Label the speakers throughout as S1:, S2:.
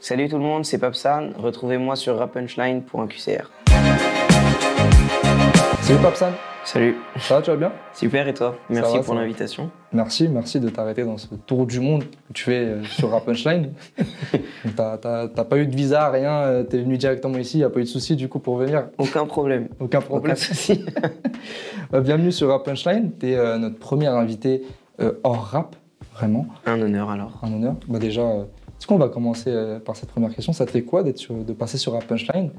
S1: Salut tout le monde, c'est Popsan. Retrouvez-moi sur Rap Punchline pour un QCR.
S2: Salut Papsan,
S1: Salut.
S2: ça va, tu vas bien
S1: Super, et toi Merci
S2: va,
S1: pour
S2: ça va.
S1: l'invitation.
S2: Merci, merci de t'arrêter dans ce tour du monde que tu fais euh, sur Rap Punchline. T'as- T'as t'as pas eu de visa, rien, euh, t'es venu directement ici, y a pas eu de souci du coup pour venir,
S1: Aucun problème.
S2: aucun
S1: Aucun
S2: problème.
S1: souci.
S2: Euh, Bienvenue sur Rap Punchline, t'es euh, notre premier invité euh, hors rap, vraiment,
S1: un honneur alors.
S2: un honneur. Bah déjà, euh, est-ce qu'on va commencer euh, par cette première question Ça te fait quoi d'être sur- de passer sur Rap Punchline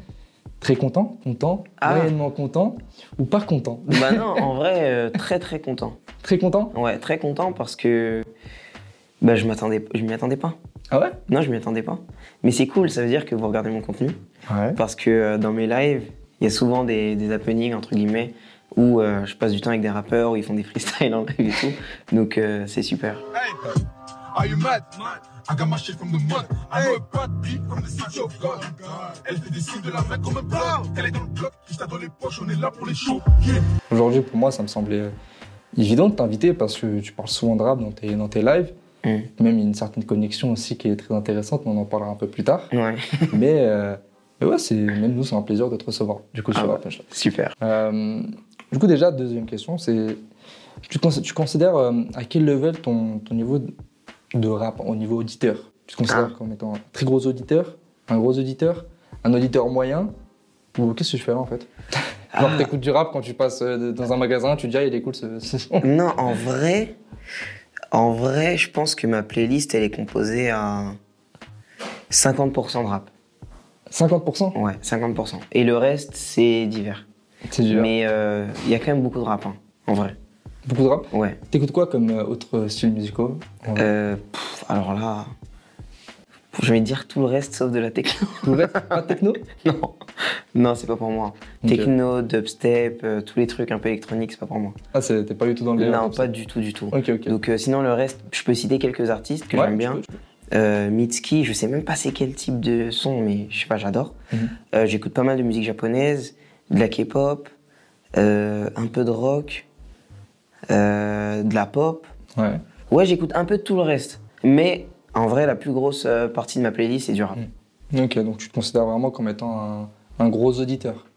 S2: Très content, content,
S1: Ah.
S2: moyennement content ou pas content
S1: bah non, en vrai, euh, très très content.
S2: Très content
S1: Ouais, très content parce que bah, je m'attendais, je m'y attendais pas.
S2: Ah ouais
S1: Non, je m'y attendais pas. Mais c'est cool, ça veut dire que vous regardez mon contenu.
S2: Ouais.
S1: Parce que euh, dans mes lives, il y a souvent des, des happenings, entre guillemets, où euh, je passe du temps avec des rappeurs, où ils font des freestyles en live et tout. Donc euh, c'est super.
S3: Hey, are you mad? I got my shit from the mud. I know a bad beat from the city of God. Elle fait des signes de la main comme un bloc. Elle est dans le bloc, juste dans les poches, on est là pour les shows. Yeah.
S2: Aujourd'hui, pour moi, ça me semblait euh, évident de t'inviter parce que tu parles souvent de rap dans tes, dans tes lives.
S1: Mm.
S2: Même il y a une certaine connexion aussi qui est très intéressante, mais on en parlera un peu plus tard.
S1: Ouais,
S2: mais, euh, mais ouais, c'est, même nous, c'est un plaisir de te recevoir, du coup,
S1: Ah
S2: sur
S1: bah.
S2: Rap Punchline.
S1: super.
S2: Euh, du coup, déjà, deuxième question, c'est tu, cons- tu considères euh, à quel level ton, ton niveau de- de rap, au niveau auditeur Tu te considères
S1: Ah.
S2: comme étant un très gros auditeur, un gros auditeur, un auditeur moyen ou qu'est-ce que je fais là en fait Genre
S1: Ah.
S2: t'écoutes du rap quand tu passes euh, dans un magasin, tu te dis ah il est cool ce, ce son.
S1: Non, en vrai, en vrai, je pense que ma playlist, elle est composée à 50% de rap.
S2: 50%
S1: Ouais, 50%. Et le reste, c'est divers.
S2: C'est du
S1: Mais euh, il y a quand même beaucoup de rap, hein, en vrai.
S2: Beaucoup de rap
S1: Ouais.
S2: T'écoutes quoi comme euh, autres styles musicaux En vrai
S1: Euh, pff, alors là, je vais dire tout le reste sauf de la techno.
S2: Tout le reste Pas de Ah, techno
S1: Non, non, c'est pas pour moi.
S2: Ok.
S1: Techno, dubstep, euh, tous les trucs un peu électroniques, c'est pas pour moi.
S2: Ah c'est- t'es pas du tout dans le délire
S1: non,
S2: comme ça.
S1: pas du tout, du tout.
S2: Ok ok.
S1: Donc euh, sinon le reste, je peux citer quelques artistes que
S2: Ouais,
S1: j'aime
S2: tu
S1: bien.
S2: peux, tu peux.
S1: Euh, Mitski, je sais même pas c'est quel type de son, mais je sais pas, j'adore.
S2: Mhm.
S1: Euh, J'écoute pas mal de musique japonaise, de la K-pop, euh, un peu de rock, euh, de la pop.
S2: Ouais.
S1: Ouais, j'écoute un peu de tout le reste. Mais en vrai, la plus grosse euh, partie de ma playlist, c'est du rap.
S2: Mhm. Ok donc tu te considères vraiment comme étant un, un gros auditeur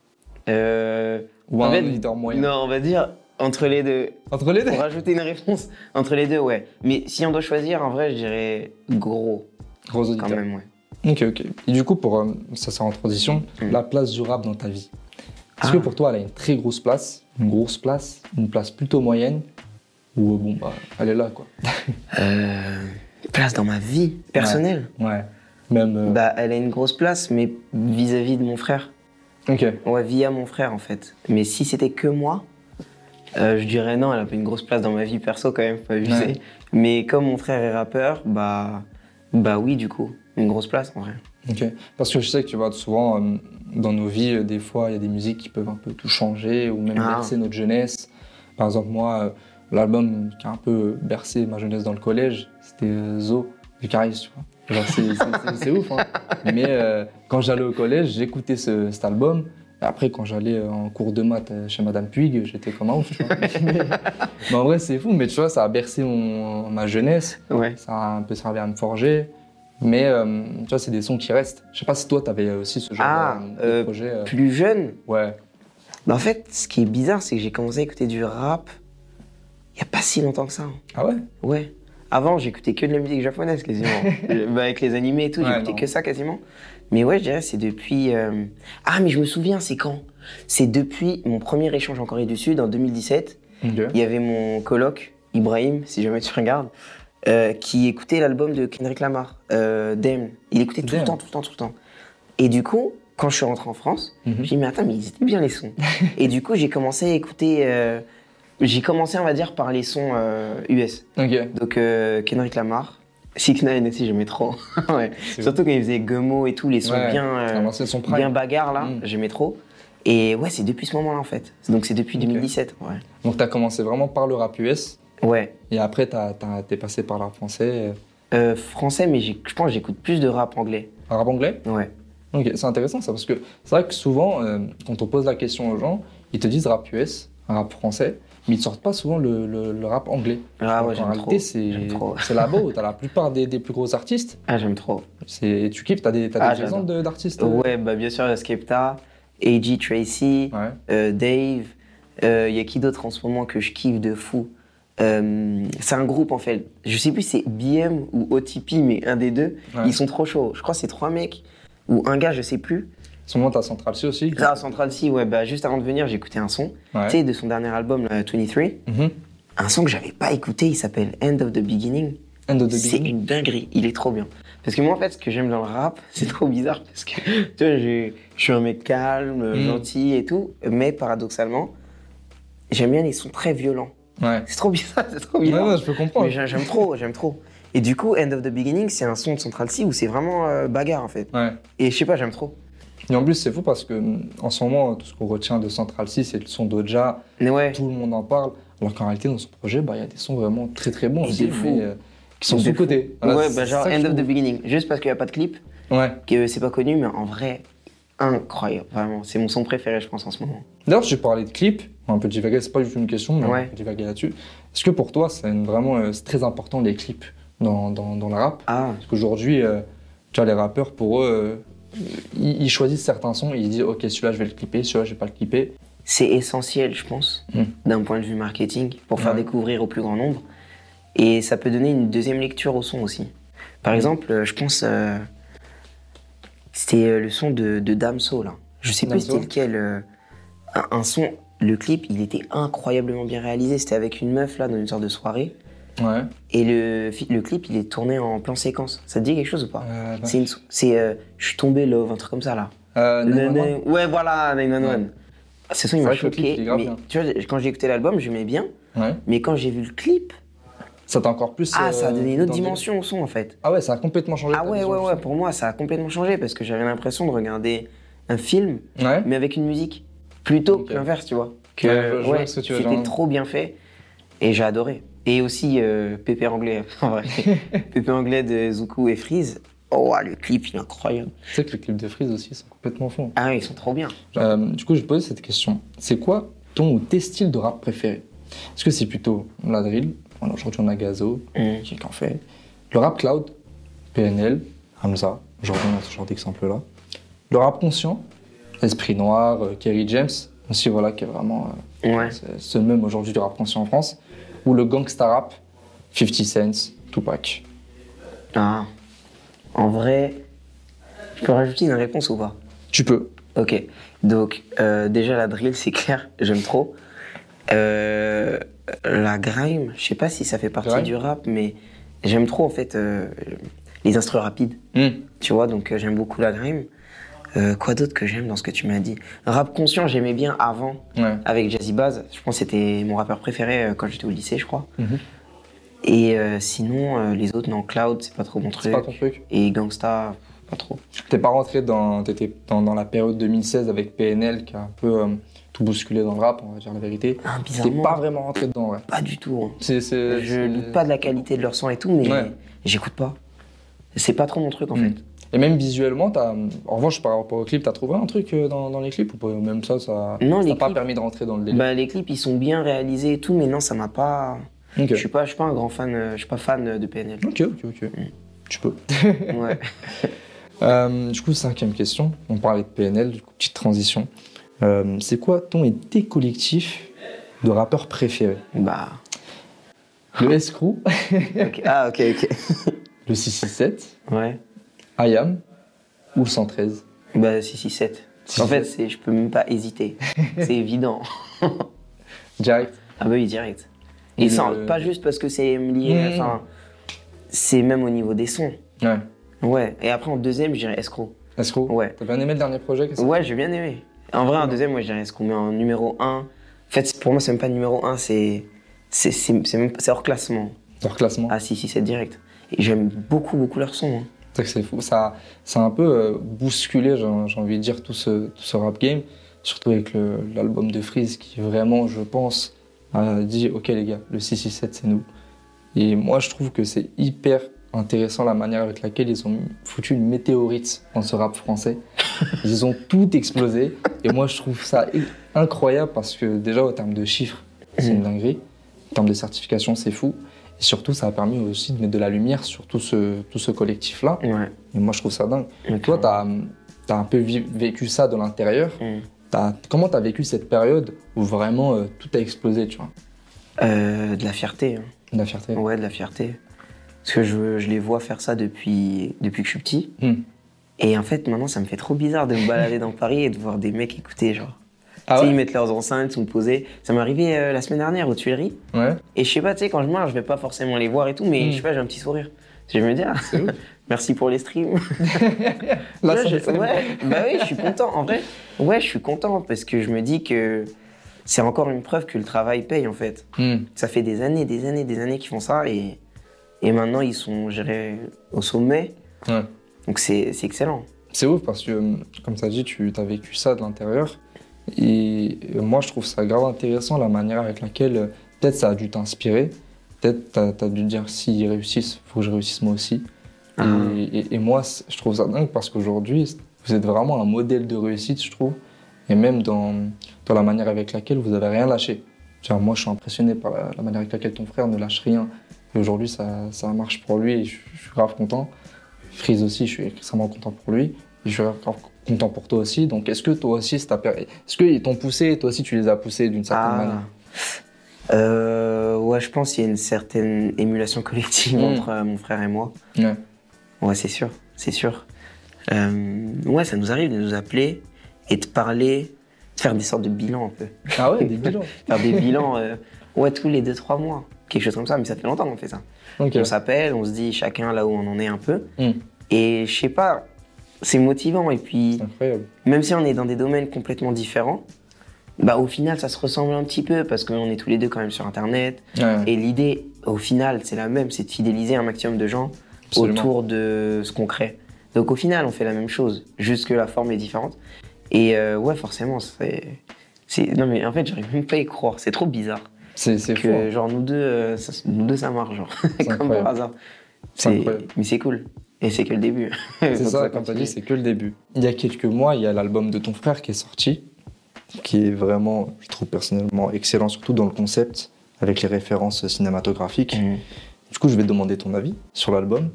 S1: Euh,
S2: ou
S1: En
S2: un
S1: fait,
S2: auditeur moyen
S1: non, on va dire entre les deux.
S2: Entre les deux
S1: Pour rajouter une réponse entre les deux, ouais. Mais si on doit choisir, en vrai, je dirais gros
S2: Gros
S1: quand
S2: auditeur.
S1: même, ouais.
S2: Ok ok. Et du coup pour euh, ça sert en transition,
S1: Mm.
S2: la place du rap dans ta vie. Est-ce
S1: Ah.
S2: que pour toi elle a une très grosse place, une grosse place, une place plutôt moyenne ou euh, bon bah elle est là quoi.
S1: Euh, place dans ma vie personnelle.
S2: Ouais. Même. euh,
S1: Bah, elle a une grosse place, mais vis-à-vis de mon frère.
S2: Ok.
S1: Ouais, via mon frère en fait. Mais si c'était que moi, euh, je dirais non, elle a pas une grosse place dans ma vie perso quand même, faut pas abuser.
S2: Ouais.
S1: Mais comme mon frère est rappeur, bah, bah oui du coup, une grosse place en vrai.
S2: Ok. Parce que je sais que tu vois souvent euh, dans nos vies, euh, des fois il y a des musiques qui peuvent un peu tout changer ou même
S1: Ah.
S2: bercer notre jeunesse. Par exemple moi, euh, l'album qui a un peu bercé ma jeunesse dans le collège, c'était euh, Zo du Caris, tu vois. Genre, c'est- c'est- c'est- c'est ouf. hein. Mais euh, quand j'allais au collège, j'écoutais ce- cet album. Et Après, quand j'allais euh, en cours de maths euh, chez Madame Puig, j'étais comme un ouf, tu vois. mais, mais en vrai, c'est fou. Mais tu vois, ça a bercé mon- ma jeunesse.
S1: Ouais.
S2: Ça a un peu servi à me forger. Mais euh, tu vois, c'est des sons qui restent. Je sais pas si toi, t'avais aussi ce genre
S1: Ah,
S2: euh, de
S1: euh,
S2: projet. euh,
S1: Plus jeune,
S2: Ouais.
S1: bah, en fait, ce qui est bizarre, c'est que j'ai commencé à écouter du rap il y a pas si longtemps que ça. hein.
S2: Ah ouais
S1: Ouais. Avant, j'écoutais que de la musique japonaise quasiment. Je- bah, avec les animés et tout,
S2: Ouais,
S1: j'écoutais
S2: non.
S1: que ça quasiment. Mais ouais, je dirais c'est depuis. euh, Ah, mais je me souviens, c'est quand C'est depuis mon premier échange en Corée du Sud en 2017.
S2: Ok.
S1: Il y avait mon coloc, Ibrahim, si jamais tu regardes, euh, qui écoutait l'album de Kendrick Lamar, euh, Damn. Il écoutait tout le
S2: Damn.
S1: temps, tout le temps, tout le temps. Et du coup, quand je suis rentré en France,
S2: Mhm.
S1: j'ai dit, mais attends, mais ils étaient bien les sons. et du coup, j'ai commencé à écouter. euh, j'ai commencé, on va dire, par les sons euh, US.
S2: Ok.
S1: Donc euh, Kendrick Lamar, 6 9 aussi j'aimais trop. ouais.
S2: C'est
S1: Surtout quand il faisait Gummo et tout, les sons
S2: Ouais.
S1: bien, euh,
S2: Alors, c'est son prime.
S1: bien bagarre là,
S2: Mm.
S1: j'aimais trop. Et ouais, c'est depuis ce moment-là en fait. Donc c'est depuis
S2: Ok.
S1: 2017. Ouais.
S2: Donc, t'as commencé vraiment par le rap US.
S1: ouais.
S2: Et après, t'as- t'as- t'es passé par le rap français. euh,
S1: Euh, français, mais j'ai- je pense que j'écoute plus de rap anglais.
S2: Arabe anglais
S1: Ouais.
S2: Ok, c'est intéressant ça, parce que c'est vrai que souvent, euh, quand on pose la question aux gens, ils te disent rap US, rap français, mais ils sortent pas souvent le, le- le rap anglais.
S1: Ah ouais,
S2: Donc, en
S1: j'aime trop.
S2: réalité, c'est
S1: J'aime trop.
S2: c'est là-bas où t'as la plupart des, des plus gros artistes.
S1: Ah, j'aime trop.
S2: C'est- Tu kiffes, t'as des, t'as
S1: Ah,
S2: des
S1: j'adore.
S2: exemples de- d'artistes euh,
S1: Ouais, bah bien sûr, il y a Skepta, A.G. Tracy,
S2: Ouais.
S1: euh, Dave. Euh, Il y a qui d'autre en ce moment que je kiffe de fou Euh, C'est un groupe en fait. Je sais plus si c'est BM ou OTP, mais un des deux.
S2: Ouais.
S1: Ils sont trop chauds. Je crois que c'est trois mecs ou un gars, je sais plus.
S2: En ce moment, t'as Central C aussi.
S1: Ah, Central C, ouais, bah juste avant de venir, j'écoutais un son.
S2: Ouais.
S1: Tu sais, de son dernier album, là, 23.
S2: Mhm.
S1: Un son que j'avais pas écouté, il s'appelle End of the Beginning.
S2: End of the
S1: C'est
S2: Beginning.
S1: une dinguerie, il est trop bien. Parce que moi, en fait, ce que j'aime dans le rap, c'est trop bizarre parce que tu vois, j'ai- je suis un mec calme,
S2: Mm.
S1: gentil et tout, mais paradoxalement, j'aime bien les sons très violents.
S2: Ouais.
S1: C'est trop bizarre, c'est trop
S2: Ouais,
S1: bizarre.
S2: ouais, je peux comprendre.
S1: mais j'a- j'aime trop, j'aime trop. Et du coup, End of the Beginning, c'est un son de Central C où c'est vraiment euh, bagarre en fait.
S2: Ouais.
S1: Et je sais pas, j'aime trop.
S2: Et en plus, c'est fou parce que hum, en ce moment, tout ce qu'on retient de Central 6, c'est le son d'Oja.
S1: Mais ouais,
S2: Tout le monde en parle. Alors qu'en réalité, dans son projet, bah, il y a des sons vraiment très très bons
S1: Et
S2: aussi,
S1: des fous.
S2: mais, euh, qui sont
S1: Des fous.
S2: sous-cotés. Voilà,
S1: ouais
S2: c'est
S1: bah, genre
S2: ça que
S1: End
S2: je
S1: of the
S2: trouve.
S1: Beginning, juste parce qu'il n'y a pas de clip,
S2: Ouais.
S1: que c'est pas connu, mais en vrai, incroyable, vraiment. C'est mon son préféré, je pense, en ce moment.
S2: D'ailleurs, j'ai parlé de clips. Un peu divagué, c'est pas du tout une question, mais
S1: Ouais.
S2: un peu divagué là-dessus. Est-ce que pour toi, c'est une- vraiment euh, c'est très important les clips dans, dans, dans le rap
S1: Ah,
S2: Parce qu'aujourd'hui, euh, tu vois, les rappeurs, pour eux, euh, ils, ils choisissent certains sons et ils disent Ok, celui-là, je vais le clipper, celui-là, je vais pas le clipper.
S1: c'est essentiel, je pense,
S2: Mm.
S1: d'un point de vue marketing, pour faire
S2: Ouais.
S1: découvrir au plus grand nombre. Et ça peut donner une deuxième lecture au son aussi.
S2: Hmm.
S1: Par exemple, euh, je pense. euh, c'était euh, le son de, de Damso, là. Je sais plus c'était
S2: Damso.
S1: lequel. euh, un, un son. Le clip, il était incroyablement bien réalisé. C'était avec une meuf, là, dans une sorte de soirée.
S2: Ouais.
S1: Et le, fi- le clip, il est tourné en plan séquence. Ça te dit quelque chose ou pas
S2: Euh, bah,
S1: C'est une sou- C'est. euh, je suis tombé love, un truc comme ça, là.
S2: euh,
S1: Nan-
S2: 911.
S1: nan- Ouais, voilà, 911. Ce son, il
S2: C'est
S1: m'a
S2: vrai que le clip,
S1: choqué.
S2: il est grave
S1: mais
S2: bien.
S1: tu vois, quand j'ai écouté l'album, j'aimais bien.
S2: Ouais.
S1: Mais quand j'ai vu le clip,
S2: Ça t'a encore plus.
S1: ah,
S2: euh,
S1: ça a donné une autre
S2: dans le-
S1: dimension au son, en fait.
S2: Ah ouais, ça a complètement changé.
S1: Ah
S2: ta
S1: ouais,
S2: vision
S1: ouais,
S2: du
S1: ouais. Pour moi, ça a complètement changé parce que j'avais l'impression de regarder un film,
S2: son. Ouais.
S1: mais avec une musique. Plutôt
S2: Ok.
S1: que l'inverse, tu vois.
S2: Ouais, je vois-
S1: Que,
S2: je
S1: ouais,
S2: vois ce que tu veux
S1: c'était
S2: dire.
S1: trop bien fait. Et j'ai adoré. Et aussi euh, Pépé Anglais, en vrai. Pépé Anglais de Zuku et Freeze. Oh, ah, le clip, il est incroyable.
S2: Tu sais que les clips de Freeze aussi sont complètement fous.
S1: Ah, ils sont trop bien.
S2: Euh, du coup, je vais te poser cette question. C'est quoi ton ou tes styles de rap préférés Est-ce que c'est plutôt la drill Voilà, Aujourd'hui, on a Gazo,
S1: Mm.
S2: qui en fait. Le rap cloud, PNL, Hamza, je reviens dans ce genre d'exemple-là. Le rap conscient, Esprit Noir, euh, Kerry James, aussi voilà, qui est vraiment euh,
S1: Ouais.
S2: C'est c'est le même aujourd'hui du rap conscient en France, ou le gangsta rap, 50 Cent, Tupac.
S1: Ah. En vrai, je peux rajouter une réponse ou pas
S2: Tu peux.
S1: Ok. Donc, euh, déjà, la drill, c'est clair, j'aime trop. Euh, la grime, je sais pas si ça fait partie
S2: Grime
S1: du rap, mais j'aime trop, en fait, euh, les instruments rapides.
S2: Mmh,
S1: Tu vois, donc euh, j'aime beaucoup la grime. Euh, quoi d'autre que j'aime dans ce que tu m'as dit Rap conscient, j'aimais bien avant
S2: Ouais.
S1: avec Jazzy Bass. Je pense que c'était mon rappeur préféré euh, quand j'étais au lycée, je crois.
S2: Mhm.
S1: Et euh, sinon, euh, les autres, non, Cloud, c'est pas trop mon
S2: C'est
S1: truc.
S2: pas ton truc.
S1: Et Gangsta, pas trop.
S2: T'es pas rentré dans, t'étais dans, dans la période 2016 avec PNL qui a un peu euh, tout bousculé dans le rap, on va dire la vérité.
S1: Ah,
S2: T'es
S1: bizarrement,
S2: pas
S1: pas...
S2: vraiment rentré dedans, ouais.
S1: du tout. hein.
S2: C'est, c'est,
S1: Je
S2: c'est-
S1: doute pas de la qualité de leur son et tout, mais
S2: Ouais.
S1: j'écoute pas. C'est pas trop mon truc en
S2: Mm.
S1: fait.
S2: Et même visuellement, t'as, en revanche, par rapport au clip, t'as trouvé un truc euh, dans, dans les clips ou pas Ou Même ça, ça
S1: Non,
S2: ça
S1: les
S2: t'a pas
S1: clips-
S2: permis de rentrer dans le délire.
S1: Bah, les clips ils sont bien réalisés et tout, mais non, ça m'a pas.
S2: Ok.
S1: Je suis pas, je suis pas un grand fan, euh, je suis pas fan euh, de PNL.
S2: Ok, ok, ok. Tu peux.
S1: ouais.
S2: Euh, du coup, cinquième question. On parlait de PNL, du coup, petite transition. Euh, c'est quoi ton et tes collectifs de rappeurs préférés
S1: Bah.
S2: Le Escrew,
S1: ok. Ah ok ok.
S2: le 667,
S1: Ouais.
S2: IAM ou le 113
S1: Bah 667. En
S2: 667.
S1: fait, c'est, je peux même pas hésiter. c'est évident.
S2: Direct.
S1: Ah bah oui direct.
S2: Et
S1: Et Mmh. ça,
S2: le-
S1: pas juste parce que c'est lié,
S2: Mm.
S1: enfin, c'est même au niveau des sons.
S2: Ouais.
S1: Ouais. Et après en deuxième, je dirais escroc.
S2: Escrew
S1: Ouais.
S2: T'as bien aimé le dernier projet qu'est-ce que-
S1: Ouais, j'ai bien aimé. En vrai, en deuxième, moi, je dirais ce qu'on met en numéro 1. En fait, c'est- pour moi, c'est même pas numéro 1, c'est. C'est c'est- c'est même c'est hors classement.
S2: Leur classement.
S1: Ah, si, si, c'est direct. Et j'aime beaucoup, beaucoup leur son. hein.
S2: C'est vrai que c'est fou. Ça, ça a un peu euh, bousculé, j'ai j'ai envie de dire, tout ce, tout ce rap game. Surtout avec le- l'album de Freeze qui vraiment, je pense, a dit Ok les gars, le 667 c'est nous. Et moi je trouve que c'est hyper intéressant la manière avec laquelle ils ont foutu une météorite dans ce rap français. Ils ont tout explosé. Et moi je trouve ça i- incroyable parce que déjà au terme de chiffres, C'est
S1: Mhm.
S2: une dinguerie. En termes de certification, c'est fou. Et surtout, ça a permis aussi de mettre de la lumière sur tout ce, tout ce collectif-là.
S1: Ouais.
S2: Et moi, je trouve ça dingue.
S1: Donc,
S2: Toi, tu as, un peu vi- vécu ça de l'intérieur.
S1: Mhm.
S2: T'as- Comment tu as vécu cette période où vraiment euh, tout a explosé, tu vois
S1: euh, de la fierté. hein.
S2: De la fierté.
S1: Ouais, de la fierté. Parce que je, je les vois faire ça depuis, depuis que je suis petit.
S2: Hmm.
S1: Et en fait, maintenant, ça me fait trop bizarre de me balader dans Paris et de voir des mecs écouter, genre.
S2: Ah
S1: tu sais,
S2: ouais
S1: ils mettent leurs enceintes, ils sont posés. Ça m'est arrivé euh, la semaine dernière aux Tuileries.
S2: Ouais.
S1: Et je sais pas, tu sais, quand je marche, je vais pas forcément les voir et tout, mais
S2: Mm.
S1: je sais pas, j'ai un petit sourire. Je vais me dire,
S2: C'est ouf.
S1: merci pour les streams.
S2: Là,
S1: Ouais,
S2: ça-
S1: je-
S2: ça-
S1: ouais, bah oui, je suis content. En vrai, ouais, je suis content parce que je me dis que c'est encore une preuve que le travail paye, en fait.
S2: Hmm.
S1: Ça fait des années, des années, des années qu'ils font ça et, et maintenant ils sont, je dirais, au sommet.
S2: Ouais.
S1: Donc c'est c'est excellent.
S2: C'est ouf parce que, euh, comme ça dit, tu as vécu ça de l'intérieur. Et euh, moi, je trouve ça grave intéressant la manière avec laquelle, euh, peut-être, ça a dû t'inspirer. Peut-être, t'as as dû dire s'ils réussissent, faut que je réussisse moi aussi.
S1: Ah.
S2: Et, et- et moi, c'est- je trouve ça dingue parce qu'aujourd'hui, vous êtes vraiment un modèle de réussite, je trouve. Et même dans, dans la manière avec laquelle vous n'avez rien lâché. Tu vois, moi, je suis impressionné par la, la manière avec laquelle ton frère ne lâche rien. Et aujourd'hui, ça, ça marche pour lui et je, je suis grave content. Frise aussi, je suis extrêmement content pour lui. Et je suis grave content pour toi aussi. Donc, est-ce que toi aussi, c'est ta per- est-ce qu'ils t'ont poussé et toi aussi, tu les as poussés d'une certaine manière
S1: Ah. Euh, ouais, je pense qu'il y a une certaine émulation collective
S2: Mm.
S1: entre euh, mon frère et moi.
S2: Ouais.
S1: Ouais, c'est sûr, c'est sûr. Euh, ouais, ça nous arrive de nous appeler et de parler, de faire des sortes de bilans un peu.
S2: Ah ouais, des bilans.
S1: Faire des bilans, euh, ouais, tous les 2-3 mois, quelque chose comme ça, mais ça fait longtemps qu'on fait ça.
S2: Ok.
S1: On s'appelle, on se dit chacun là où on en est un peu.
S2: Mm.
S1: Et je sais pas, c'est motivant. Et puis,
S2: C'est incroyable.
S1: même si on est dans des domaines complètement différents, bah au final, ça se ressemble un petit peu parce qu'on est tous les deux quand même sur Internet.
S2: Ouais,
S1: Et l'idée, au final, c'est la même, c'est de fidéliser un maximum de gens
S2: absolument.
S1: autour de ce qu'on crée. Donc au final, on fait la même chose, juste que la forme est différente. Et euh, ouais, forcément, c'est... c'est- Non mais en fait, j'arrive même pas à y croire, c'est trop bizarre.
S2: C'est c'est fou. hein.
S1: Que genre nous deux, euh, ça, nous deux, ça marche, genre, comme
S2: incroyable.
S1: par hasard.
S2: C'est
S1: C'est-
S2: incroyable.
S1: Mais c'est cool. Et c'est que le début.
S2: C'est ça, comme tu as dit, c'est que le début. Il y a quelques mois, il y a l'album de ton frère qui est sorti, qui est vraiment, je trouve personnellement, excellent, surtout dans le concept, avec les références cinématographiques.
S1: Mm.
S2: Du coup, je vais te demander ton avis sur l'album.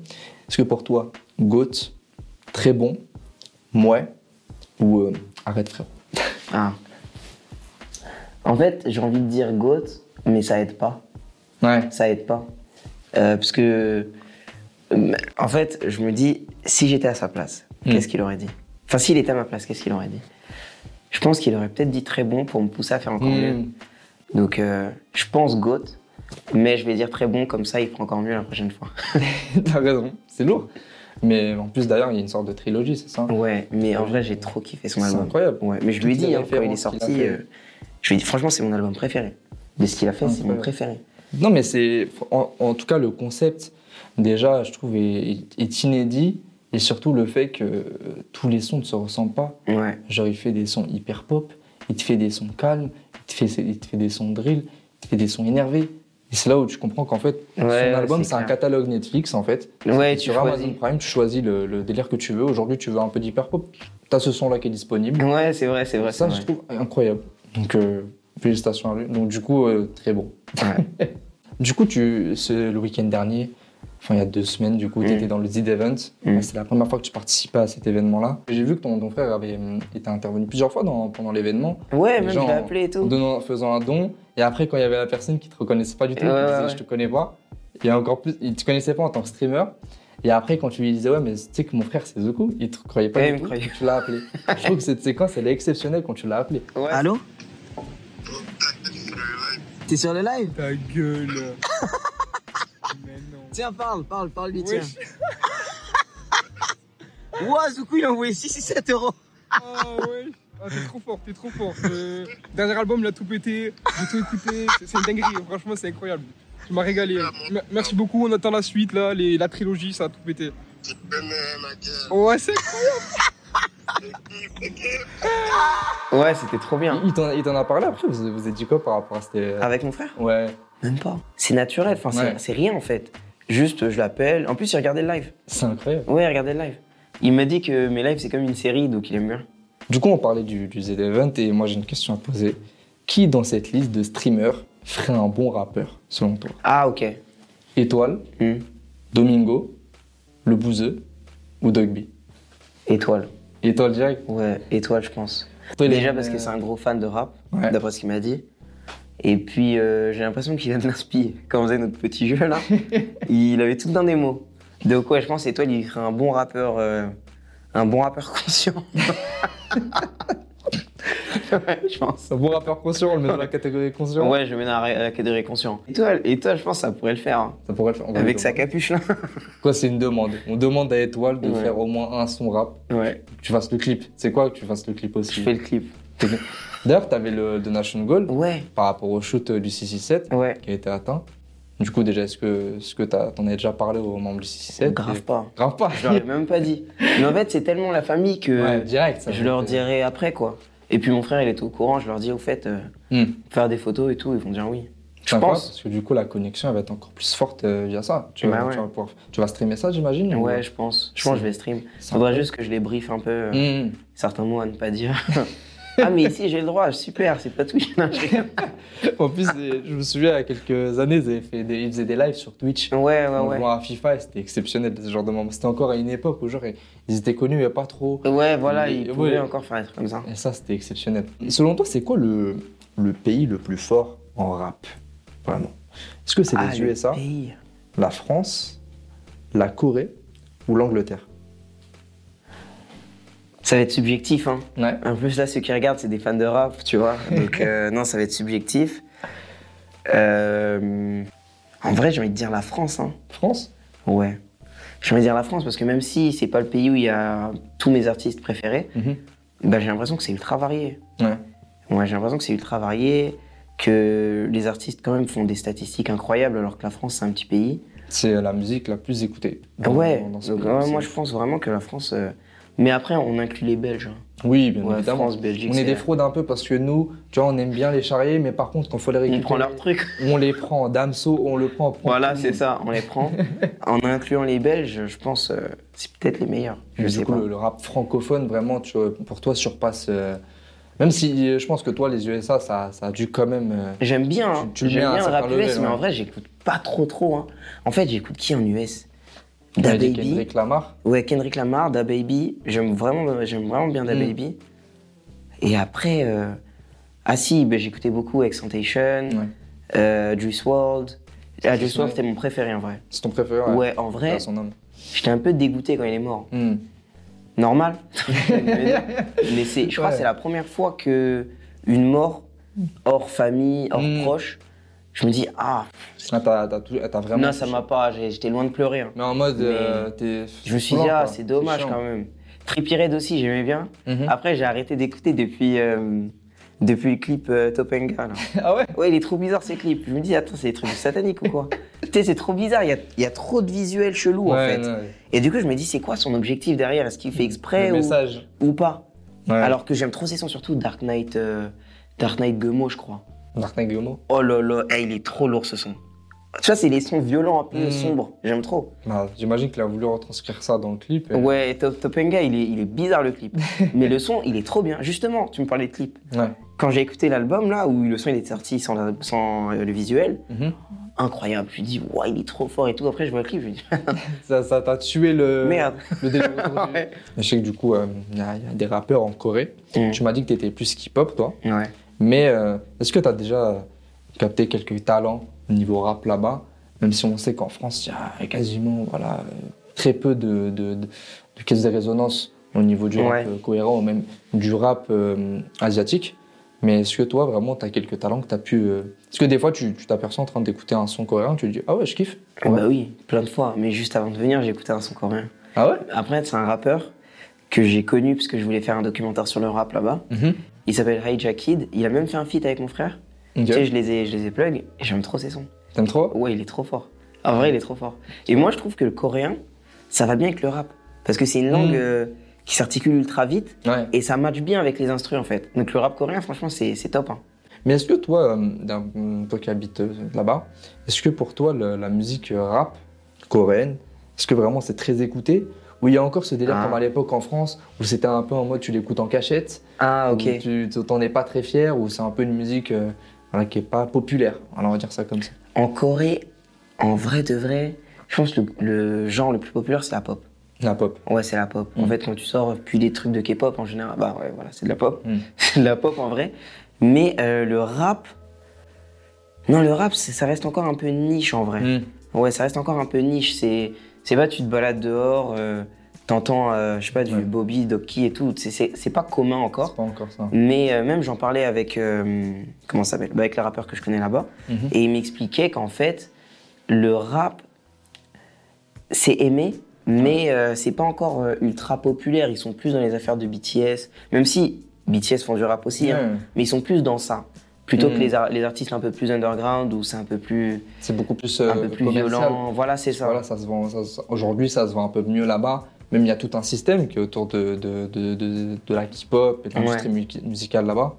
S2: Est-ce que pour toi, Goat, très bon, mouais, ou euh, arrête frérot
S1: Ah. En fait, j'ai envie de dire GOAT, mais ça aide pas.
S2: Ouais,
S1: Ça aide pas. Euh, parce que. euh, En fait, je me dis, si j'étais à sa place,
S2: Mm.
S1: qu'est-ce qu'il aurait dit Enfin, s'il était à ma place, qu'est-ce qu'il aurait dit Je pense qu'il aurait peut-être dit très bon pour me pousser à faire encore mieux.
S2: Mm.
S1: Donc, euh, je pense GOAT, mais je vais dire très bon, comme ça, il fera encore mieux la prochaine fois.
S2: t'as raison, c'est lourd. Mais en plus, d'ailleurs, il y a une sorte de trilogie, c'est ça
S1: Ouais, mais en vrai, j'ai trop kiffé son
S2: C'est
S1: album.
S2: incroyable.
S1: Ouais, mais je lui ai
S2: Toutes
S1: dit,
S2: les
S1: hein, quand il est
S2: références qu'il a
S1: sorti,
S2: fait.
S1: euh, je lui ai dit, franchement, c'est mon album préféré. De ce qu'il a fait, c'est mon
S2: Incroyable.
S1: préféré.
S2: Non, mais c'est. En, en tout cas, le concept, déjà, je trouve, est, est inédit. Et surtout, le fait que euh, tous les sons ne se ressemblent pas.
S1: Ouais,
S2: Genre, il fait des sons hyper pop, il te fait des sons calmes, il te fait, il te fait des sons drill, il te fait des sons énervés. Et c'est là où tu comprends qu'en fait,
S1: Ouais,
S2: son
S1: ouais,
S2: album,
S1: c'est
S2: c'est un
S1: clair.
S2: catalogue Netflix, en fait.
S1: ouais tu
S2: sur
S1: choisis.
S2: Amazon Prime, tu choisis le, le délire que tu veux. Aujourd'hui, tu veux un peu d'hyper pop. T'as ce son-là qui est disponible.
S1: Ouais, c'est vrai, c'est vrai.
S2: ça,
S1: c'est
S2: je trouve incroyable. Donc, euh, félicitations à lui. Donc, du coup, euh, très bon.
S1: vrai. Ouais.
S2: Du coup, tu, ce- le week-end dernier, enfin il y a deux semaines, du coup,
S1: Mm.
S2: tu étais dans le Zid Event.
S1: Mm.
S2: C'était la première fois que tu participais à cet événement-là. J'ai vu que ton, ton frère avait hum, été intervenu plusieurs fois dans- pendant l'événement,
S1: Ouais,
S2: Les
S1: même
S2: gens-
S1: je l'ai appelé et
S2: en
S1: tout.
S2: donnant- en faisant un don. Et après, quand il y avait la personne qui te reconnaissait pas du tout,
S1: Ouais,
S2: qui
S1: ouais,
S2: disait
S1: ouais.
S2: je te connais pas, et encore plus, il te connaissait pas en tant que streamer. Et après, quand tu lui disais ouais, mais tu sais que mon frère c'est Zoku, il te croyait pas
S1: Ouais, il
S2: du
S1: me
S2: tout.
S1: croyait.
S2: Tu l'as appelé. Je trouve que cette séquence elle est exceptionnelle quand tu l'as appelé.
S1: Ouais.
S4: Allô T'es sur le live
S5: Ta gueule. Mais non.
S4: Tiens, parle, parle, parle-lui, tiens.
S5: Wesh.
S4: Ouah, Zoukou, il a envoyé 6 et 7 euros.
S5: Ah ouais. Ah, t'es trop fort, t'es trop fort. Le dernier album, il a tout pété. J'ai tout écouté. C'est- C'est une dinguerie. Franchement, c'est incroyable. Tu m'as régalé. M- merci beaucoup. On attend la suite, là. Les, la trilogie, ça a tout pété. Ouais, c'est
S1: Ouais, c'était trop bien.
S2: Il t'en il t'en a parlé après, vous vous êtes dit quoi par rapport à cette. euh,
S1: Avec mon frère
S2: Ouais.
S1: Même pas. C'est naturel, enfin, c'est-
S2: Ouais.
S1: c'est rien en fait. Juste, je l'appelle. En plus, il regardait le live.
S2: C'est incroyable.
S1: Ouais, il regardait le live. Il m'a dit que mes lives, c'est comme une série, donc il aime bien.
S2: Du coup, on parlait du, du Z-Event et moi j'ai une question à poser. Qui dans cette liste de streamers ferait un bon rappeur, selon toi
S1: Ah, ok.
S2: Étoile,
S1: Hmm.
S2: Domingo, Le Bouzeux ou Dogby
S1: Étoile.
S2: Étoile direct
S1: Ouais, étoile, je pense.
S2: Toi, il est-
S1: Déjà parce que c'est un gros fan de rap,
S2: Ouais.
S1: d'après ce qu'il m'a dit. Et puis euh, j'ai l'impression qu'il a de l'inspi. Quand on faisait notre petit jeu là, il avait tout dans des mots. Donc ouais, je pense étoile, il ferait un bon rappeur, euh, un bon rappeur conscient. ouais, je pense.
S2: Un bon rappeur conscient, on le met dans la catégorie conscient.
S1: Ouais, je le mets dans la catégorie conscient. Étoile, étoile, je pense que ça pourrait le faire. hein,
S2: Ça pourrait le faire. on va
S1: avec
S2: lui
S1: sa
S2: demander.
S1: capuche là.
S2: Quoi, c'est une demande. On demande à Étoile de
S1: Ouais.
S2: faire au moins un son rap.
S1: Ouais.
S2: Que Tu fasses le clip. C'est quoi que tu fasses le clip
S1: Je
S2: aussi
S1: fais le clip.
S2: D'ailleurs, t'avais le The National Goal
S1: Ouais,
S2: par rapport au shoot euh, du 667
S1: ouais.
S2: qui a été atteint. Du coup, déjà, est-ce que, est-ce que t'as- t'en as déjà parlé aux membres du 667
S1: Grave
S2: Et-
S1: pas.
S2: Oh, Grave pas.
S1: Je leur ai même pas dit. Mais en fait, c'est tellement la famille que.
S2: Ouais, direct. ça
S1: Je
S2: va
S1: leur
S2: être-
S1: dirai après, quoi. Et puis mon frère, il est au courant, je leur dis, au fait, euh,
S2: Hmm.
S1: faire des photos et tout, ils vont dire oui.
S2: Je
S1: penses
S2: Parce que du coup, la connexion, elle va être encore plus forte euh, via ça. Tu,
S1: Bah
S2: vas,
S1: ouais.
S2: tu, vas pouvoir- tu vas streamer ça, j'imagine ou-
S1: Ouais, je pense. Je pense que je vais stream.
S2: Hmm. C'est
S1: Faudra
S2: incroyable.
S1: juste que je les briefe un peu, euh,
S2: Hmm.
S1: certains mots à ne pas dire. ah, mais ici, j'ai le droit, super, c'est pas tout. Non, je rigole.
S2: En plus, euh, je me souviens, il y a quelques années, ils, avaient fait des, ils faisaient des lives sur Twitch.
S1: ouais, ouais,
S2: en
S1: Ah ouais.
S2: jouant à FIFA, et c'était exceptionnel ce genre de moment. C'était encore à une époque où genre, ils étaient connus, mais pas trop.
S1: Ouais, voilà, ils
S2: Ouais.
S1: pouvaient encore faire des trucs comme ça.
S2: Et ça, c'était exceptionnel. Et selon toi, c'est quoi le, le pays le plus fort en rap Vraiment. Est-ce que c'est
S1: Ah,
S2: les
S1: le
S2: USA,
S1: pays.
S2: la France, la Corée ou l'Angleterre
S1: Ça va être subjectif, hein.
S2: Ouais.
S1: En plus, là, ceux qui regardent, c'est des fans de rap, tu vois. Donc, euh, non, ça va être subjectif. Euh, En vrai, j'ai envie de dire la France, hein.
S2: France
S1: Ouais. J'ai envie de dire la France parce que même si c'est pas le pays où il y a tous mes artistes préférés, bah, j'ai l'impression que c'est ultra varié.
S2: Ouais.
S1: Ouais, j'ai l'impression que c'est ultra varié, que les artistes quand même font des statistiques incroyables alors que la France c'est un petit pays.
S2: C'est euh, la musique la plus écoutée.
S1: Ah
S2: dans-
S1: ouais.
S2: dans ce
S1: Donc,
S2: pays.
S1: ouais,
S2: C'est-
S1: moi je pense vraiment que la France. euh, Mais après on inclut les Belges. hein.
S2: Oui, bien
S1: Ouais,
S2: évidemment.
S1: France, Belgique.
S2: on est
S1: c'est-
S2: des fraudes un peu parce que nous, tu vois, on aime bien les charrier, mais par contre, quand faut les récupérer,
S1: On prend leur truc.
S2: on les prend. Damso, on le prend. on prend
S1: Voilà,
S2: tout le
S1: c'est
S2: monde.
S1: ça, on les prend. en incluant les Belges, je pense euh, c'est peut-être les meilleurs. Je
S2: Mais du
S1: sais
S2: coup,
S1: pas.
S2: le, le rap francophone, vraiment, tu vois, pour toi, surpasse. euh, même si euh, je pense que toi, les USA, ça, ça a dû quand même. euh,
S1: J'aime bien,
S2: Tu-
S1: hein.
S2: tu le
S1: j'aime
S2: mets à un
S1: bien le rap
S2: certain level,
S1: US, mais en
S2: ouais.
S1: vrai, j'écoute pas trop trop. hein. En fait, j'écoute qui en US
S2: on a
S1: Da
S2: dit
S1: Baby.
S2: Kendrick Lamar.
S1: Ouais, Kendrick Lamar, Da Baby. J'aime vraiment, j'aime vraiment bien Da
S2: Mm.
S1: Baby. Et après, euh, ah si, ben, j'écoutais beaucoup Extentation,
S2: Ouais.
S1: euh, Juice WRLD. Ah, Juice
S2: Juice
S1: WRLD,
S2: WRLD.
S1: c'était mon préféré en vrai.
S2: C'est ton préféré
S1: Ouais, en vrai,
S2: à son homme.
S1: j'étais un peu dégoûté quand il est mort.
S2: Hmm.
S1: Normal. mais mais c'est, je crois que
S2: Ouais.
S1: c'est la première fois que une mort hors famille, hors
S2: Mm.
S1: proche, je me dis ah
S2: Ah, t'as, t'as tout- t'as vraiment.
S1: non, ça m'a pas. j'ai- J'étais loin de pleurer. hein.
S2: Mais en mode.
S1: Mais-
S2: euh, t'es-
S1: Je me suis
S2: lent,
S1: dit, ah,
S2: quoi.
S1: c'est dommage Ah,
S2: chiant.
S1: quand même. Trippy Red aussi, j'aimais bien.
S2: Mhm.
S1: Après, j'ai arrêté d'écouter depuis, euh, depuis le clip euh, Topanga. là.
S2: Ah ouais
S1: Ouais, il est trop bizarre ces clips. Je me dis, attends, c'est des trucs sataniques ou quoi Tu sais, c'est trop bizarre. Il y a, il y a trop de visuels chelous en
S2: Ouais,
S1: fait.
S2: non, ouais. Mmh.
S1: Et du coup, je me dis, c'est quoi son objectif derrière Est-ce qu'il fait exprès
S2: Le
S1: ou,
S2: message.
S1: ou pas
S2: Ouais.
S1: Alors que j'aime trop ses sons, surtout Dark Knight, euh, Dark Knight Gemo, je crois.
S2: Martin Guillemot.
S1: Oh là là, eh, il est trop lourd ce son. Tu vois, c'est les sons violents, un peu
S2: Mm.
S1: sombres. J'aime trop.
S2: Bah, j'imagine qu'il a voulu retranscrire ça dans le clip. et-
S1: Ouais, Top- Topanga, il est, il est bizarre le clip. Mais le son, il est trop bien. Justement, tu me parlais de clip.
S2: Ouais.
S1: Quand j'ai écouté l'album, là, où le son il est sorti sans, la- sans, euh, le visuel,
S2: Mhm.
S1: incroyable. Je me dis, ouais, il est trop fort et tout. Après, je vois le clip, je me dis,
S2: Ça, ça t'a tué le.
S1: merde.
S2: Le délire autour du-
S1: Ouais.
S2: Mais Je sais que du coup, euh, il y, a il y a des rappeurs en Corée.
S1: Mm.
S2: Tu m'as dit que t'étais plus hip-hop, toi.
S1: Ouais.
S2: Mais euh, est-ce que tu as déjà capté quelques talents au niveau rap là-bas Même si on sait qu'en France, il y a quasiment voilà, euh, très peu de, de, de- de caisses de résonance au niveau du
S1: Ouais.
S2: rap euh, cohérent ou même du rap euh, asiatique. Mais est-ce que toi, vraiment, tu as quelques talents que tu as pu. euh, Est-ce que des fois, tu tu t'aperçois en train d'écouter un son coréen, tu te dis Ah ouais, je kiffe Ouais.
S1: Bah oui, plein de fois. Mais juste avant de venir, j'ai écouté un son coréen.
S2: Ah ouais
S1: Après, c'est un rappeur que j'ai connu parce que je voulais faire un documentaire sur le rap là-bas.
S2: Mhm.
S1: Il s'appelle Hija Kid. Il a même fait un feat avec mon frère.
S2: Ok.
S1: Tu sais, je les ai, je les ai plug et j'aime trop ses sons.
S2: T'aimes trop
S1: Ouais, il est trop fort. En vrai, il est trop fort. Et moi, je trouve que le coréen, ça va bien avec le rap. Parce que c'est une langue
S2: Mm.
S1: euh, qui s'articule ultra vite
S2: Ouais.
S1: et ça match bien avec les instrus en fait. Donc le rap coréen, franchement, c'est c'est top. hein.
S2: Mais est-ce que toi, euh, d'un- toi qui habites euh, là-bas, est-ce que pour toi le- la musique euh, rap coréenne, est-ce que vraiment c'est très écouté où il y a encore ce délire
S1: Ah.
S2: comme à l'époque en France, où c'était un peu en mode tu l'écoutes en cachette,
S1: Ah, ok.
S2: où tu tu- t'en es pas très fier, où c'est un peu une musique euh, voilà, qui est pas populaire. Alors on va dire ça comme ça.
S1: En Corée, en vrai de vrai, je pense que le, le genre le plus populaire, c'est la pop.
S2: La pop.
S1: Ouais, c'est la pop. En
S2: Mm.
S1: fait, quand tu sors, puis les trucs de K-pop en général, bah ouais, voilà, c'est de la pop.
S2: Mm.
S1: C'est de la pop en vrai. Mais euh, le rap. Non, le rap, c'est- ça reste encore un peu niche en vrai.
S2: Mm.
S1: Ouais, ça reste encore un peu niche. C'est, c'est pas tu te balades dehors, euh, t'entends, euh, je sais pas, du
S2: Ouais.
S1: Bobby, Doki et tout. C'est, c'est, c'est pas commun encore.
S2: C'est pas encore ça.
S1: Mais euh, même j'en parlais avec euh, comment ça s'appelle Bah, avec le rappeur que je connais là-bas
S2: Mhm.
S1: et il m'expliquait qu'en fait le rap c'est aimé mais euh, c'est pas encore euh, ultra populaire ils sont plus dans les affaires de BTS même si BTS font du rap aussi hein,
S2: Ouais.
S1: mais ils sont plus dans ça plutôt que
S2: Mhm.
S1: les, ar- les artistes un peu plus underground où c'est un peu plus
S2: C'est beaucoup plus,
S1: un
S2: euh,
S1: peu plus
S2: commercial.
S1: violent voilà c'est ça
S2: Voilà, ça se vend. ça se- Aujourd'hui, ça se vend un peu mieux là-bas. Même il y a tout un système qui est autour de, de, de, de, de la K-pop et de l'industrie mu- musicale là-bas.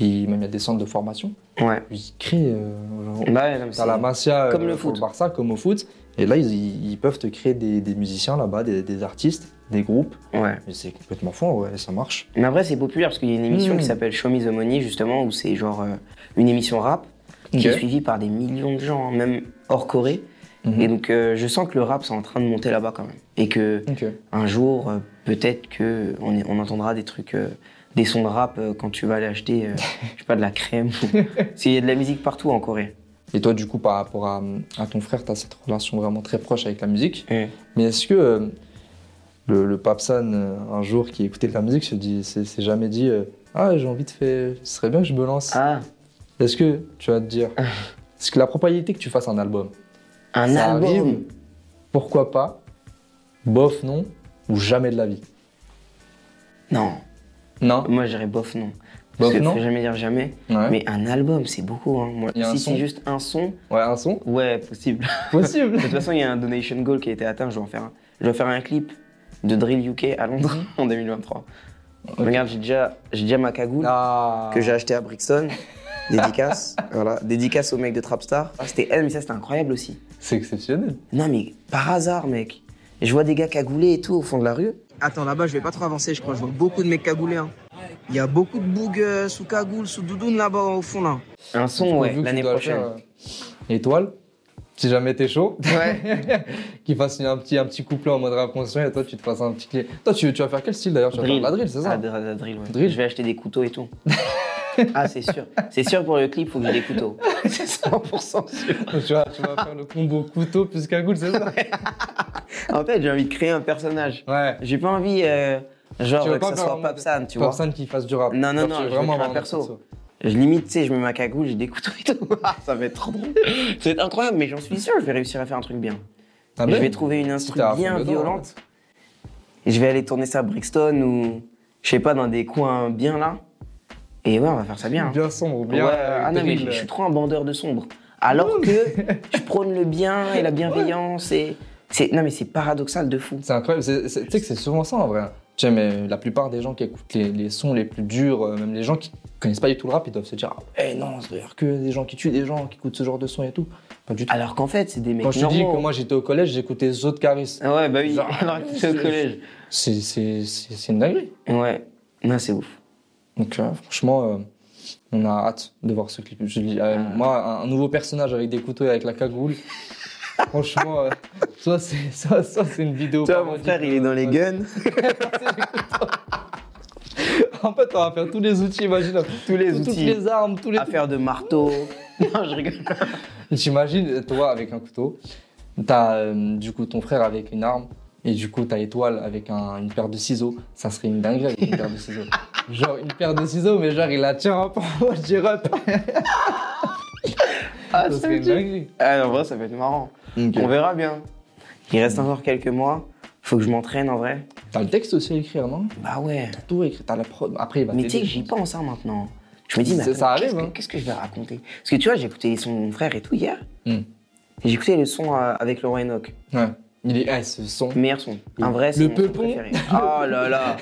S2: Et même il y a des centres de formation.
S1: ouais
S2: Ils créent. euh, genre,
S1: Bah ouais, non, mais
S2: T'as la
S1: c'est-
S2: Masia
S1: comme
S2: euh,
S1: le
S2: pour
S1: foot.
S2: Barça, comme au foot. Et là, ils, ils peuvent te créer des, des musiciens là-bas, des, des artistes, des groupes.
S1: ouais
S2: Mais c'est complètement fou, ouais, ça marche.
S1: Mais après, c'est populaire parce qu'il y a une émission
S2: Mm.
S1: qui s'appelle Show Me the Money, justement, où c'est genre euh, une émission rap qui
S2: Ok.
S1: est suivie par des millions de gens, hein, même hors Corée.
S2: Mhm.
S1: Et donc, euh, je sens que le rap, c'est en train de monter là-bas quand même. Et que
S2: Ok.
S1: un jour, euh, peut-être que on, est- on entendra des trucs, euh, des sons de rap euh, quand tu vas aller acheter, euh, je sais pas, de la crème. ou- Parce qu'il y a de la musique partout en Corée.
S2: Et toi, du coup, par rapport à, à ton frère, tu as cette relation vraiment très proche avec la musique.
S1: Mm.
S2: Mais est-ce que euh, le, le Papsan, euh, un jour, qui écoutait de la musique, se dit, s'est s'est jamais dit euh, Ah, j'ai envie de faire. Ce serait bien que je me lance.
S1: Ah,
S2: Est-ce que tu vas te dire Est-ce que la probabilité que tu fasses un album,
S1: un
S2: ça
S1: album
S2: arrive Pourquoi pas Bof, non Ou jamais de la vie
S1: Non,
S2: Non
S1: moi, je dirais bof, non.
S2: Bof,
S1: Parce que
S2: non
S1: faut jamais dire jamais.
S2: ouais.
S1: Mais un album, c'est beaucoup. Hein. Moi,
S2: Il y a un
S1: si
S2: son.
S1: c'est juste un son,
S2: ouais, un son
S1: ouais, possible.
S2: Possible
S1: De toute façon, il y a un donation goal qui a été atteint. Je vais en faire un, je vais faire un clip de Drill UK à Londres
S2: Mhm.
S1: en 2023. Regarde, j'ai déjà, j'ai déjà ma cagoule
S2: Ah.
S1: que j'ai achetée à Brixton. Dédicace. voilà. Dédicace au mec de Trapstar. Ah, c'était elle, mais ça, c'était incroyable aussi.
S2: C'est exceptionnel.
S1: Non, mais par hasard, mec. Je vois des gars cagoulés et tout au fond de la rue.
S4: Attends, là-bas, je vais pas trop avancer, je crois. Je vois beaucoup de mecs cagoulés. hein. Il y a beaucoup de bougs euh, sous cagoule, sous doudoune là-bas au fond. Là.
S1: Un son, ouais,
S2: Vu que tu
S1: l'année
S2: dois le
S1: prochaine.
S2: faire, euh, Étoile, si jamais t'es chaud,
S1: Ouais.
S2: qu'il fasse une- un petit, un petit couplet en mode rap conscient et toi tu te fasses un petit clé. Toi tu, tu vas faire quel style d'ailleurs Tu vas faire de la drill, c'est ça
S1: Ah, de la drill, ouais.
S2: Drill.
S1: Je vais acheter des couteaux et tout. ah, c'est sûr. C'est sûr pour le clip, faut que j'ai des couteaux. C'est 100% sûr.
S2: tu, vas, tu vas faire le combo couteau plus cagoule, c'est ça
S1: En fait, j'ai envie de créer un personnage.
S2: Ouais.
S1: J'ai pas envie, euh, genre,
S2: veux
S1: que
S2: pas
S1: ça
S2: faire en
S1: soit
S2: mode
S1: Papsan, tu vois.
S2: Personne qui fasse du rap.
S1: Non, non,
S2: Genre,
S1: non,
S2: tu veux
S1: je veux
S2: vraiment
S1: créer un
S2: avoir
S1: perso.
S2: autre
S1: Je limite, tu sais, je mets ma cagoule, j'ai des couteaux et tout. Ah, ça va être trop drôle. C'est incroyable, mais j'en suis sûr, je vais réussir à faire un truc bien.
S2: Ah
S1: je
S2: ben,
S1: vais trouver une
S2: si
S1: instru
S2: t'es à fond
S1: bien
S2: dedans,
S1: violente. Et Je vais aller tourner ça à Brixton ou, je sais pas, dans des coins bien là. Et ouais, on va faire ça bien. hein.
S2: Bien sombre, bien.
S1: Ouais,
S2: euh,
S1: ah non, mais
S2: drill.
S1: je, je suis trop un bandeur de sombre. Alors que je prône le bien et la bienveillance et. c'est- Non, mais c'est paradoxal de fou.
S2: C'est incroyable. c'est- c'est- Tu sais que c'est souvent ça en vrai. Tu sais, mais la plupart des gens qui écoutent les, les sons les plus durs, euh, même les gens qui connaissent pas du tout le rap, ils doivent se dire Ah ouais, non, ça doit y avoir que des gens qui tuent des gens qui écoutent ce genre de son et tout. Pas du tout.
S1: Alors qu'en fait, c'est des mecs
S2: Quand je te dis
S1: normaux.
S2: que moi j'étais au collège, j'écoutais Zo de Caris.
S1: Ah Ouais, bah oui,
S2: Genre-
S1: alors que c'est au collège.
S2: C'est c'est- c'est- c'est une dinguerie.
S1: Ouais, non, c'est ouf.
S2: Donc euh, franchement, euh, on a hâte de voir ce clip. Je dis,
S1: Ah.
S2: euh, Moi, un, un nouveau personnage avec des couteaux et avec la cagoule. franchement, euh, soit c'est soit- soit c'est une vidéo.
S1: Toi, mon
S2: parodie
S1: frère,
S2: de-
S1: il est dans les
S2: ouais.
S1: guns.
S2: En fait, on va faire tous les outils imaginables.
S1: Tous les
S2: Tout- Toutes
S1: outils.
S2: les armes, tous les
S1: Affaire de marteau. non, je rigole.
S2: J'imagine, toi avec un couteau, t'as euh, du coup ton frère avec une arme, et du coup t'as étoile avec un- une paire de ciseaux. Ça serait une dinguerie avec une paire de ciseaux. Genre une paire de ciseaux, mais genre il la tient en moi, je dirais.
S1: Ah,
S2: Ça serait une dinguerie.
S1: Ah, en vrai, ça va être marrant. On verra bien. Il reste encore quelques mois. Faut que je m'entraîne en vrai.
S2: T'as le texte aussi à écrire, non
S1: Bah ouais.
S2: T'as tout écrit, t'as la prod. Après, il va
S1: Mais tu sais
S2: t'aider,
S1: que
S2: je
S1: j'y
S2: pense.
S1: pense hein, maintenant. Je me dis, mais
S2: Ça-
S1: attends,
S2: ça
S1: qu'est-ce
S2: arrive,
S1: que-
S2: hein.
S1: qu'est-ce que je vais raconter Parce que tu vois, j'ai écouté les sons de mon frère et tout hier.
S2: Hmm.
S1: J'ai écouté le son euh, avec Laurent Enoch.
S2: Ouais. Il est. Ah, ce son.
S1: Meilleur son. Un vrai, c'est
S2: Le
S1: mon son
S2: peupon.
S1: préféré. Oh là là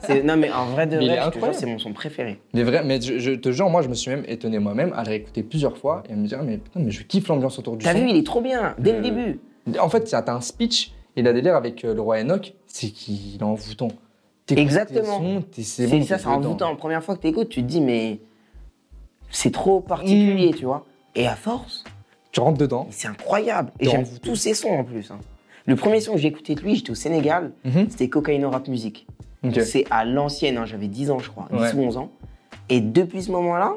S1: C'est- Non mais un vrai de
S2: Mais il est
S1: vrai, je te jure,
S2: incroyable.
S1: c'est mon son préféré.
S2: Mais vrai, mais je, je te jure, moi je me suis même étonné moi-même à le réécouter plusieurs fois et à me dire, mais putain, mais je kiffe l'ambiance autour du
S1: T'as
S2: son.
S1: vu, il est trop bien, dès le
S2: Euh,
S1: début.
S2: En fait, t'as t'as un speech Et la délire avec euh, le roi Enoch, c'est qu'il est envoûtant. T'écoutes
S1: Exactement.
S2: tes sons, t'es-
S1: C'est
S2: bon,
S1: ça,
S2: t'es
S1: c'est
S2: dedans.
S1: envoûtant. La première fois que t'écoutes, tu te dis, mais c'est trop
S2: Hmm.
S1: particulier, tu vois. Et à force,
S2: Tu rentres dedans.
S1: c'est incroyable. Et
S2: T'es
S1: j'aime
S2: envoûté.
S1: tous ces sons en plus. hein. Le premier son que j'ai écouté de lui, j'étais au Sénégal,
S2: Mhm.
S1: c'était Cocaïno Rap Music.
S2: Ok.
S1: C'est à l'ancienne, hein, j'avais 10 ans, je crois, 10
S2: Ouais.
S1: ou 11 ans. Et depuis ce moment-là,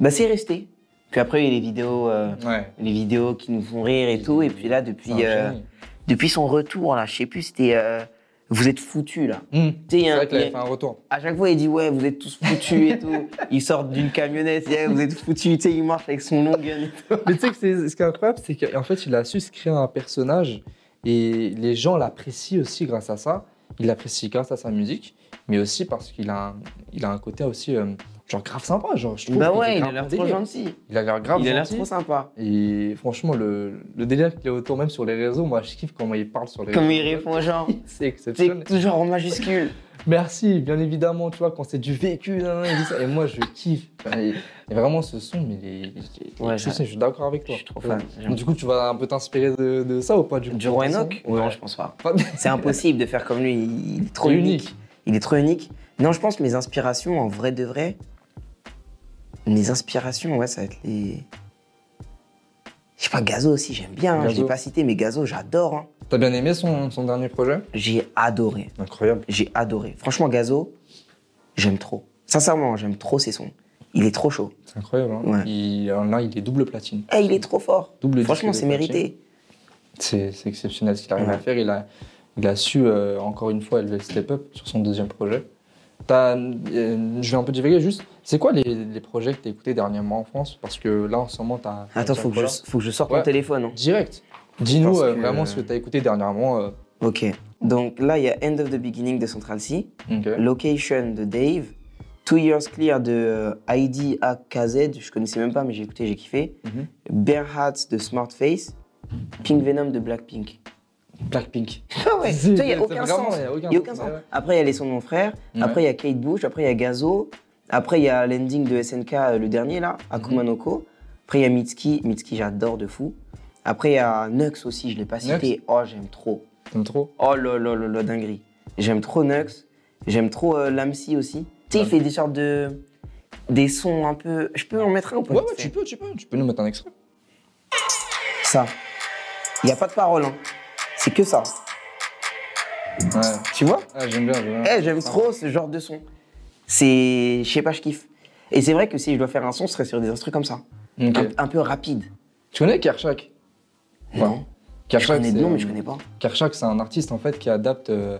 S1: bah, c'est resté. Puis après, il y a les vidéos, euh,
S2: Ouais.
S1: les vidéos qui nous font rire et tout. Et puis là,
S2: C'est un
S1: depuis, euh,
S2: génie.
S1: depuis son retour, là, je sais plus, c'était euh, Vous êtes foutus, là.
S2: Mmh.
S1: Tu sais, il y
S2: C'est
S1: a un-
S2: vrai qu'il
S1: il
S2: avait
S1: y
S2: fait
S1: a-
S2: un retour.
S1: à chaque fois, il dit Ouais, vous êtes tous foutus et tout. Ils sortent d'une camionnette, il dit, Ouais, vous êtes foutus. Tu sais, il marche avec son long gun. et tout.
S2: Mais tu sais que c'est- ce qui est incroyable, c'est qu'en fait, il a su se créer un personnage et les gens l'apprécient aussi grâce à ça. Il l'apprécie grâce à sa musique, mais aussi parce qu'il a, un- il a un côté aussi euh, genre grave sympa. Genre, je trouve
S1: Bah
S2: qu'il est
S1: ouais, il a
S2: grave
S1: l'air
S2: bon
S1: trop
S2: délire.
S1: gentil.
S2: Il a l'air grave
S1: Il a l'air
S2: gentil.
S1: trop sympa.
S2: Et franchement, le, le délire qu'il a autour, même sur les réseaux, moi je kiffe comment il parle sur les
S1: Comme il
S2: réseaux.
S1: répond aux gens.
S2: C'est
S1: C'est
S2: exceptionnel.
S1: toujours en majuscule.
S2: Merci, bien évidemment, tu vois, quand c'est du vécu, nan, nan, il dit ça. et moi je kiffe. Et, et vraiment, ce son, mais les,
S1: Ouais,
S2: je, sais, je suis d'accord avec toi.
S1: Je suis trop fan.
S2: Donc, Du coup, tu vas un peu t'inspirer de, de ça ou pas du coup
S1: Du roi
S2: ton
S1: Enoch
S2: son Ouais.
S1: Non, je pense pas.
S2: Pas-
S1: C'est impossible de faire comme lui, il il est trop
S2: C'est
S1: unique.
S2: unique.
S1: Il est trop unique. Non, je pense que mes inspirations, en vrai de vrai, mes inspirations, ouais, ça va être les. Je sais pas, Gazo aussi, j'aime bien. hein. Je
S2: Gazo.
S1: l'ai pas cité, mais Gazo, j'adore. hein.
S2: T'as bien aimé son, son dernier projet
S1: J'ai adoré.
S2: Incroyable.
S1: J'ai adoré. Franchement, Gazo, j'aime trop. Sincèrement, hein, j'aime trop ses sons. Il est trop chaud.
S2: C'est incroyable. hein.
S1: Ouais.
S2: Il- alors là, il est double platine.
S1: Eh, il est trop fort.
S2: Double
S1: Franchement,
S2: disque
S1: c'est
S2: de platine.
S1: mérité.
S2: C'est c'est exceptionnel ce qu'il arrive
S1: Ouais.
S2: à faire. Il a, il a su, euh, encore une fois, élever le step-up sur son deuxième projet. T'as, euh, je vais un peu divaguer juste. C'est quoi les, les projets que t'as écoutés dernièrement en France Parce que là, en ce moment, t'as. t'as
S1: Attends,
S2: Jack
S1: faut que,
S2: Pollard.
S1: je, faut que je sorte
S2: Ouais.
S1: mon téléphone. hein.
S2: Direct. Dis-nous
S1: Parce
S2: euh,
S1: que-
S2: vraiment ce que t'as écouté dernièrement. euh.
S1: Ok. Donc là, il y a End of the Beginning de Central C. Location de Dave, Two Years Clear de euh, Heidi AKZ, je connaissais même pas, mais j'ai écouté, j'ai kiffé.
S2: Mhm.
S1: Bare Hats de Smartface, Pink Venom de Blackpink.
S2: Blackpink.
S1: Ah ouais, tu
S2: C'est-
S1: sais, il y a
S2: c'est
S1: aucun
S2: vraiment-
S1: sens.
S2: y a aucun
S1: Il y a aucun
S2: sens,
S1: sens.
S2: ouais, ouais.
S1: Après, il y a les sons de mon frère,
S2: Ouais.
S1: après, il y a Kate Bush, après, il y a Gazo, après, il y a l'ending de SNK, euh, le dernier là, Akuma no Ko. Après, il y a Mitski, Mitski, j'adore de fou. Après, il y a Nux aussi, je l'ai pas
S2: Nux.
S1: cité. Oh, j'aime trop.
S2: T'aimes trop
S1: Oh là là là là, dinguerie. J'aime trop Nux. J'aime trop euh, Lamsi aussi. Tu sais, il fait des sortes de. des sons un peu. Je peux en mettre un ou pas
S2: Ouais, ouais, tu peux, tu peux. Tu peux nous mettre un extrait.
S1: Ça. Il n'y a pas de parole, hein. C'est que ça.
S2: Ouais.
S1: Tu vois
S2: Ah, j'aime bien, j'aime bien.
S1: Eh, j'aime trop ce genre de son. C'est. Je sais pas, je kiffe. Et c'est vrai que si je dois faire un son, ce serait sur des instruments comme ça.
S2: Ok.
S1: Un, un peu rapide.
S2: Tu connais Kershak
S1: Non. Je
S2: Kershak,
S1: connais de nom,
S2: c'est-
S1: mais je connais pas.
S2: Kershak, c'est un artiste en fait qui adapte euh,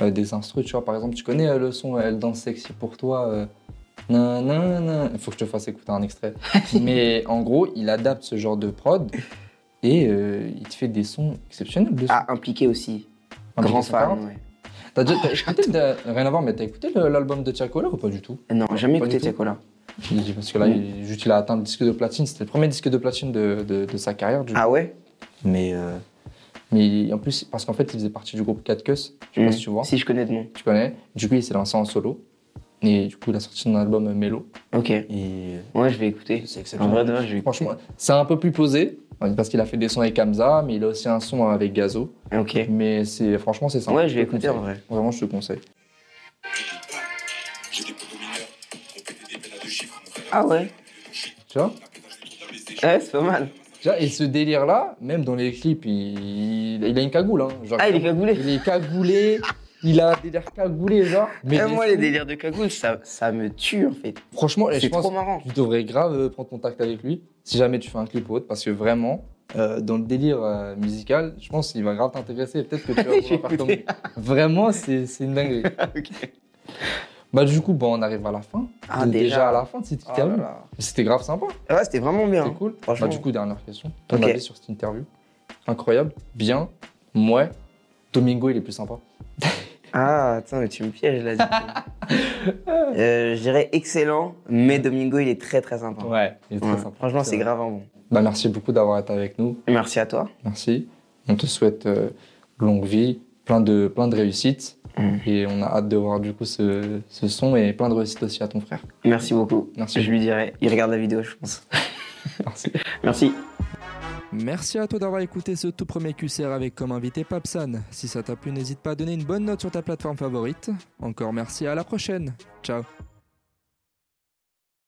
S2: euh, des instrus. Tu vois, par exemple, tu connais euh, le son Elle danse sexy pour toi. euh, nan, nan, nan. Il faut que je te fasse écouter un extrait. Mais en gros, il adapte ce genre de prod et euh, il te fait des sons exceptionnels. dessus.
S1: Ah, impliqué aussi.
S2: Un
S1: Grand
S2: 240.
S1: fan, ouais.
S2: T'as déjà- t'as écouté le- rien à voir, mais t'as écouté le- l'album de Tiakola ou pas du tout
S1: Non, jamais
S2: Pas
S1: écouté
S2: du tout.
S1: Tiakola.
S2: Il dit Parce que là, il, juste il a atteint le disque de platine. C'était le premier disque de platine de, de- de sa carrière. Du coup.
S1: Ah ouais
S2: Mais, euh, mais en plus, parce qu'en fait, il faisait partie du groupe 4 Cuss. Je sais pas
S1: Mhm.
S2: si tu vois.
S1: Si, je connais de nom.
S2: tu connais. Du coup, il s'est lancé en solo. Et du coup, il a sorti son album euh, Mello.
S1: Ok.
S2: Et
S1: Ouais, je vais écouter.
S2: c'est
S1: En
S2: exceptionnel.
S1: vrai, de vrai, je vais écouter.
S2: Franchement, c'est un peu plus posé. euh, Parce qu'il a fait des sons avec Hamza, mais il a aussi un son avec Gazo.
S1: Ok.
S2: Mais c'est franchement, c'est sympa.
S1: Ouais, je vais
S2: te
S1: écouter
S2: conseille.
S1: en vrai.
S2: Vraiment, je te conseille.
S1: Ah ouais Ah
S2: Tu vois
S1: Ouais, c'est pas mal.
S2: Tu vois, Et ce délire-là, même dans les clips, il, il a une cagoule. hein. Genre,
S1: Ah, il est cagoulé.
S2: il est cagoulé. Il a un délire cagoulé, genre. Mais
S1: Eh,
S2: les
S1: moi, les
S2: sons,
S1: délires de cagoule, ça, ça me tue en fait.
S2: Franchement, et je
S1: C'est
S2: pense
S1: trop marrant.
S2: tu devrais grave euh, prendre contact avec lui si jamais tu fais un clip ou autre, parce que vraiment, euh, dans le délire euh, musical, je pense qu'il va grave t'intéresser. et Peut-être que tu
S1: Je
S2: vas
S1: vais
S2: vouloir faire
S1: écouter.
S2: comme lui. Vraiment, c'est c'est une dinguerie. Bah, du coup, bon, on arrive à la fin.
S1: Ah,
S2: De-
S1: déjà.
S2: à la fin, de cette
S1: Oh là
S2: interview.
S1: là.
S2: Mais C'était grave sympa,
S1: Ah Ouais, c'était vraiment bien.
S2: c'était cool.
S1: franchement.
S2: Bah, du coup, dernière question. Ton
S1: Ok.
S2: avis sur cette interview Incroyable, bien, mouais. Domingo, il est plus sympa.
S1: Ah, attends, mais tu me pièges là. du coup. Euh, je dirais excellent, mais Domingo, il est très très sympa.
S2: Ouais, il est très
S1: Ouais.
S2: sympa.
S1: Franchement, c'est
S2: vrai.
S1: grave en bon.
S2: Bah, merci beaucoup d'avoir été avec nous.
S1: Merci à toi.
S2: Merci. On te souhaite euh, longue vie, plein de, plein de réussites.
S1: Mm.
S2: Et on a hâte de voir du coup ce, ce son et plein de réussites aussi à ton frère.
S1: Merci beaucoup.
S2: Merci.
S1: Je lui dirai. Il regarde la vidéo, je pense.
S2: Merci.
S1: Merci.
S2: Merci à toi d'avoir écouté ce tout premier QCR avec comme invité Papsan. Si ça t'a plu, n'hésite pas à donner une bonne note sur ta plateforme favorite. Encore merci, à la prochaine. Ciao